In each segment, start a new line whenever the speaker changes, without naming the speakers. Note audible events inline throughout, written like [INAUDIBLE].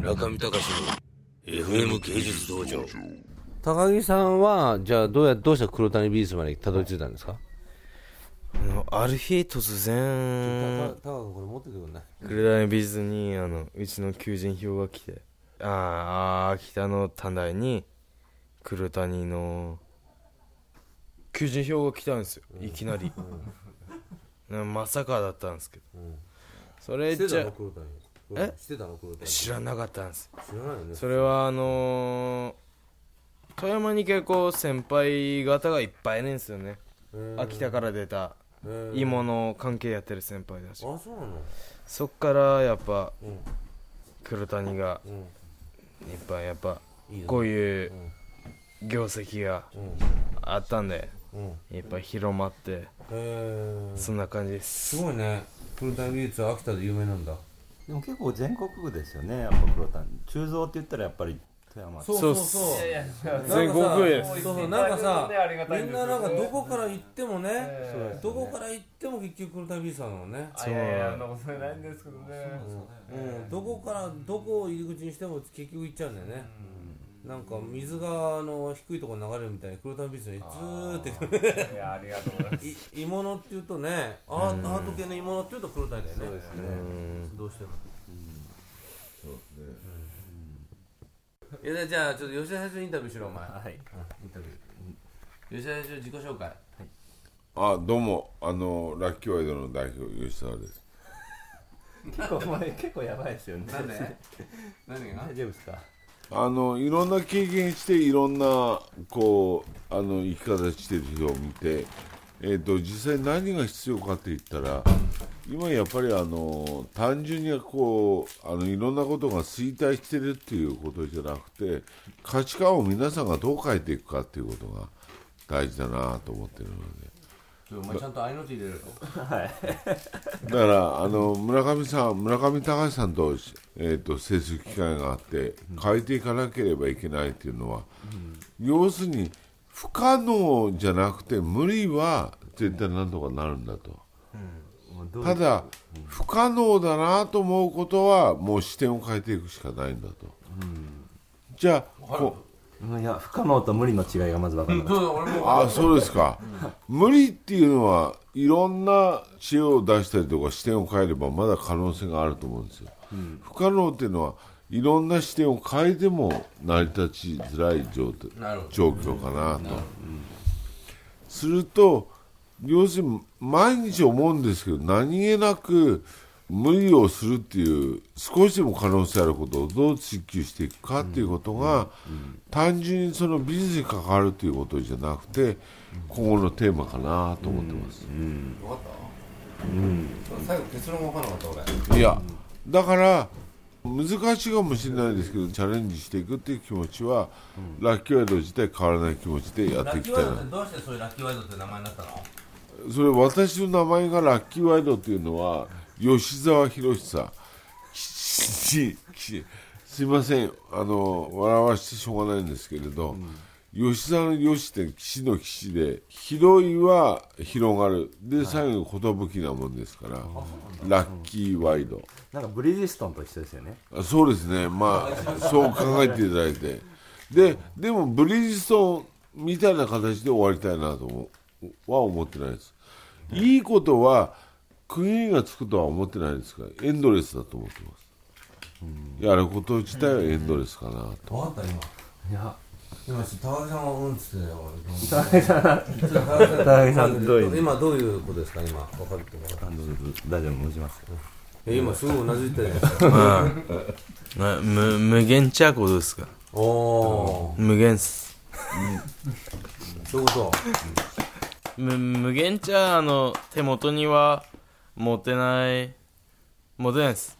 中見隆の FM 芸術道場
高木さんはじゃあどうやどうして黒谷美術までたどり着いたんですか
のある日突然
高木これ持っててくんない
黒谷美術にあのうちの求人票が来てああ秋田の短大に黒谷の求人票が来たんですよいきなり、なまさかだったんですけど、それ
して
じ
た
ゃ
の黒谷
え
してたの黒谷知
知らなかったんです
らないよね
それはあのー富山に結構先輩方がいっぱいいるんですよね秋田から出た
えー
芋の関係やってる先輩だし
あそうなの
そっからやっぱ
うん
黒谷が
うん
いっぱいやっぱ
いいよ
こういう業績があったんで
うんうん
いっぱい広まって
えー
そんな感じですす
ごいね黒谷美術は秋田で有名なんだ
でも結構全国区ですよねやっぱ黒谷鋳造って言ったらやっぱり富山
そうそうそう
う全国区です
そうそうなんかさ
ありがたい
み
ん
ん
ですよ
ななんかどこから行ってもねどこから行っても結局黒谷美術なのね
いやいや、そんなことないんですけどね。
うん、どこからどこを入り口にしても結局行っちゃうんだよね、なんか水があの低いところ流れるみたいに黒谷美術にずーってくる
いや、ありがとうございます。
[LAUGHS] い鋳物っていうとねアートアート系の鋳物っていうと黒谷だよねどうしても、うんいやじゃあちょっと吉田社長にインタビューしろお前、
はい
インタビュー吉田社長自己紹介
あどうもあのラッキーワイドの代表吉沢です
結構前結構やばいですよね
なんで何が
大丈夫ですか
あのいろんな経験していろんなこうあの生き方してる人を見て、えー、と実際何が必要かって言ったら今やっぱりあの単純にこうあのいろんなことが衰退してるっていうことじゃなくて価値観を皆さんがどう変えていくかっていうことが大事だなと思ってるので。
お前ちゃんと合いの手入れると
だからあの村上さん、村上隆さんと,、えー、と接する機会があって変えていかなければいけないというのは、要するに不可能じゃなくて無理は絶対なんとかなるんだと、
もうどう
ただ、不可能だなと思うことはもう視点を変えていくしかないんだと、じゃあこ
うんいや不可能と無理の違いがまず分かんなかっ
そう俺も
あそうですか、無理っていうのはいろんな知恵を出したりとか視点を変えればまだ可能性があると思うんですよ、不可能っていうのはいろんな視点を変えても成り立ちづらい状態
なるほど
状況かなと、すると要するに毎日思うんですけど何気なく無理をするっていう少しでも可能性あることをどう追求していくかっていうことが、単純にその美術に関わるということじゃなくて今後のテーマかなと思ってます、
分かったうん最後結論分からなかった俺
いやだから難しいかもしれないですけどチャレンジしていくっていう気持ちは、ラッキーワイド自体変わらない気持ちでやっ
ラ
て
ッ
い
キ
き
ー
た
ワイ
い
ドってど
な
うしてそういうラッキーワイドって名前になったの
それ私の名前がラッキーワイドっていうのは吉沢博さんききすいませんあの笑わしてしょうがないんですけれど、吉沢の吉って岸の岸で広いは広がるで最後寿なもんですから、ラッキーワイド
たなんかブリヂストンと一緒ですよね
あそうですねまあそう考えていただいてででもブリヂストンみたいな形で終わりたいなともは思ってないですいいことは区切りがつくとは思ってないですからエンドレスだと思ってますやること自体はエンドレスかなと
分かった今
いや
今ちょっと高木さんはうんっつってたよ俺ちょっと高木さん
高木さんどういう
今どういうことですか今分かるってこと
あの大丈夫申します
え今すごいうなずいてたじゃないですか
なむ無限ちゃことですか
おお
無限っす
そういうこ
む無限ちゃあの手元には持てない持てないです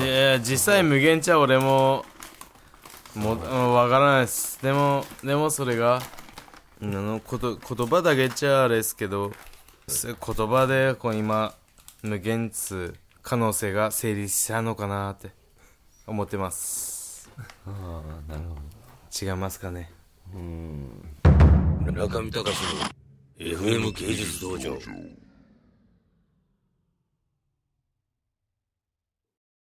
で実際無限茶俺ももわからないですでもでもそれがあのこと言葉だけじゃあれですけどす言葉でこう今無限っつ可能性が成立したのかなって思ってます
ああなるほど
違いますかね
中見隆の FM 芸術道場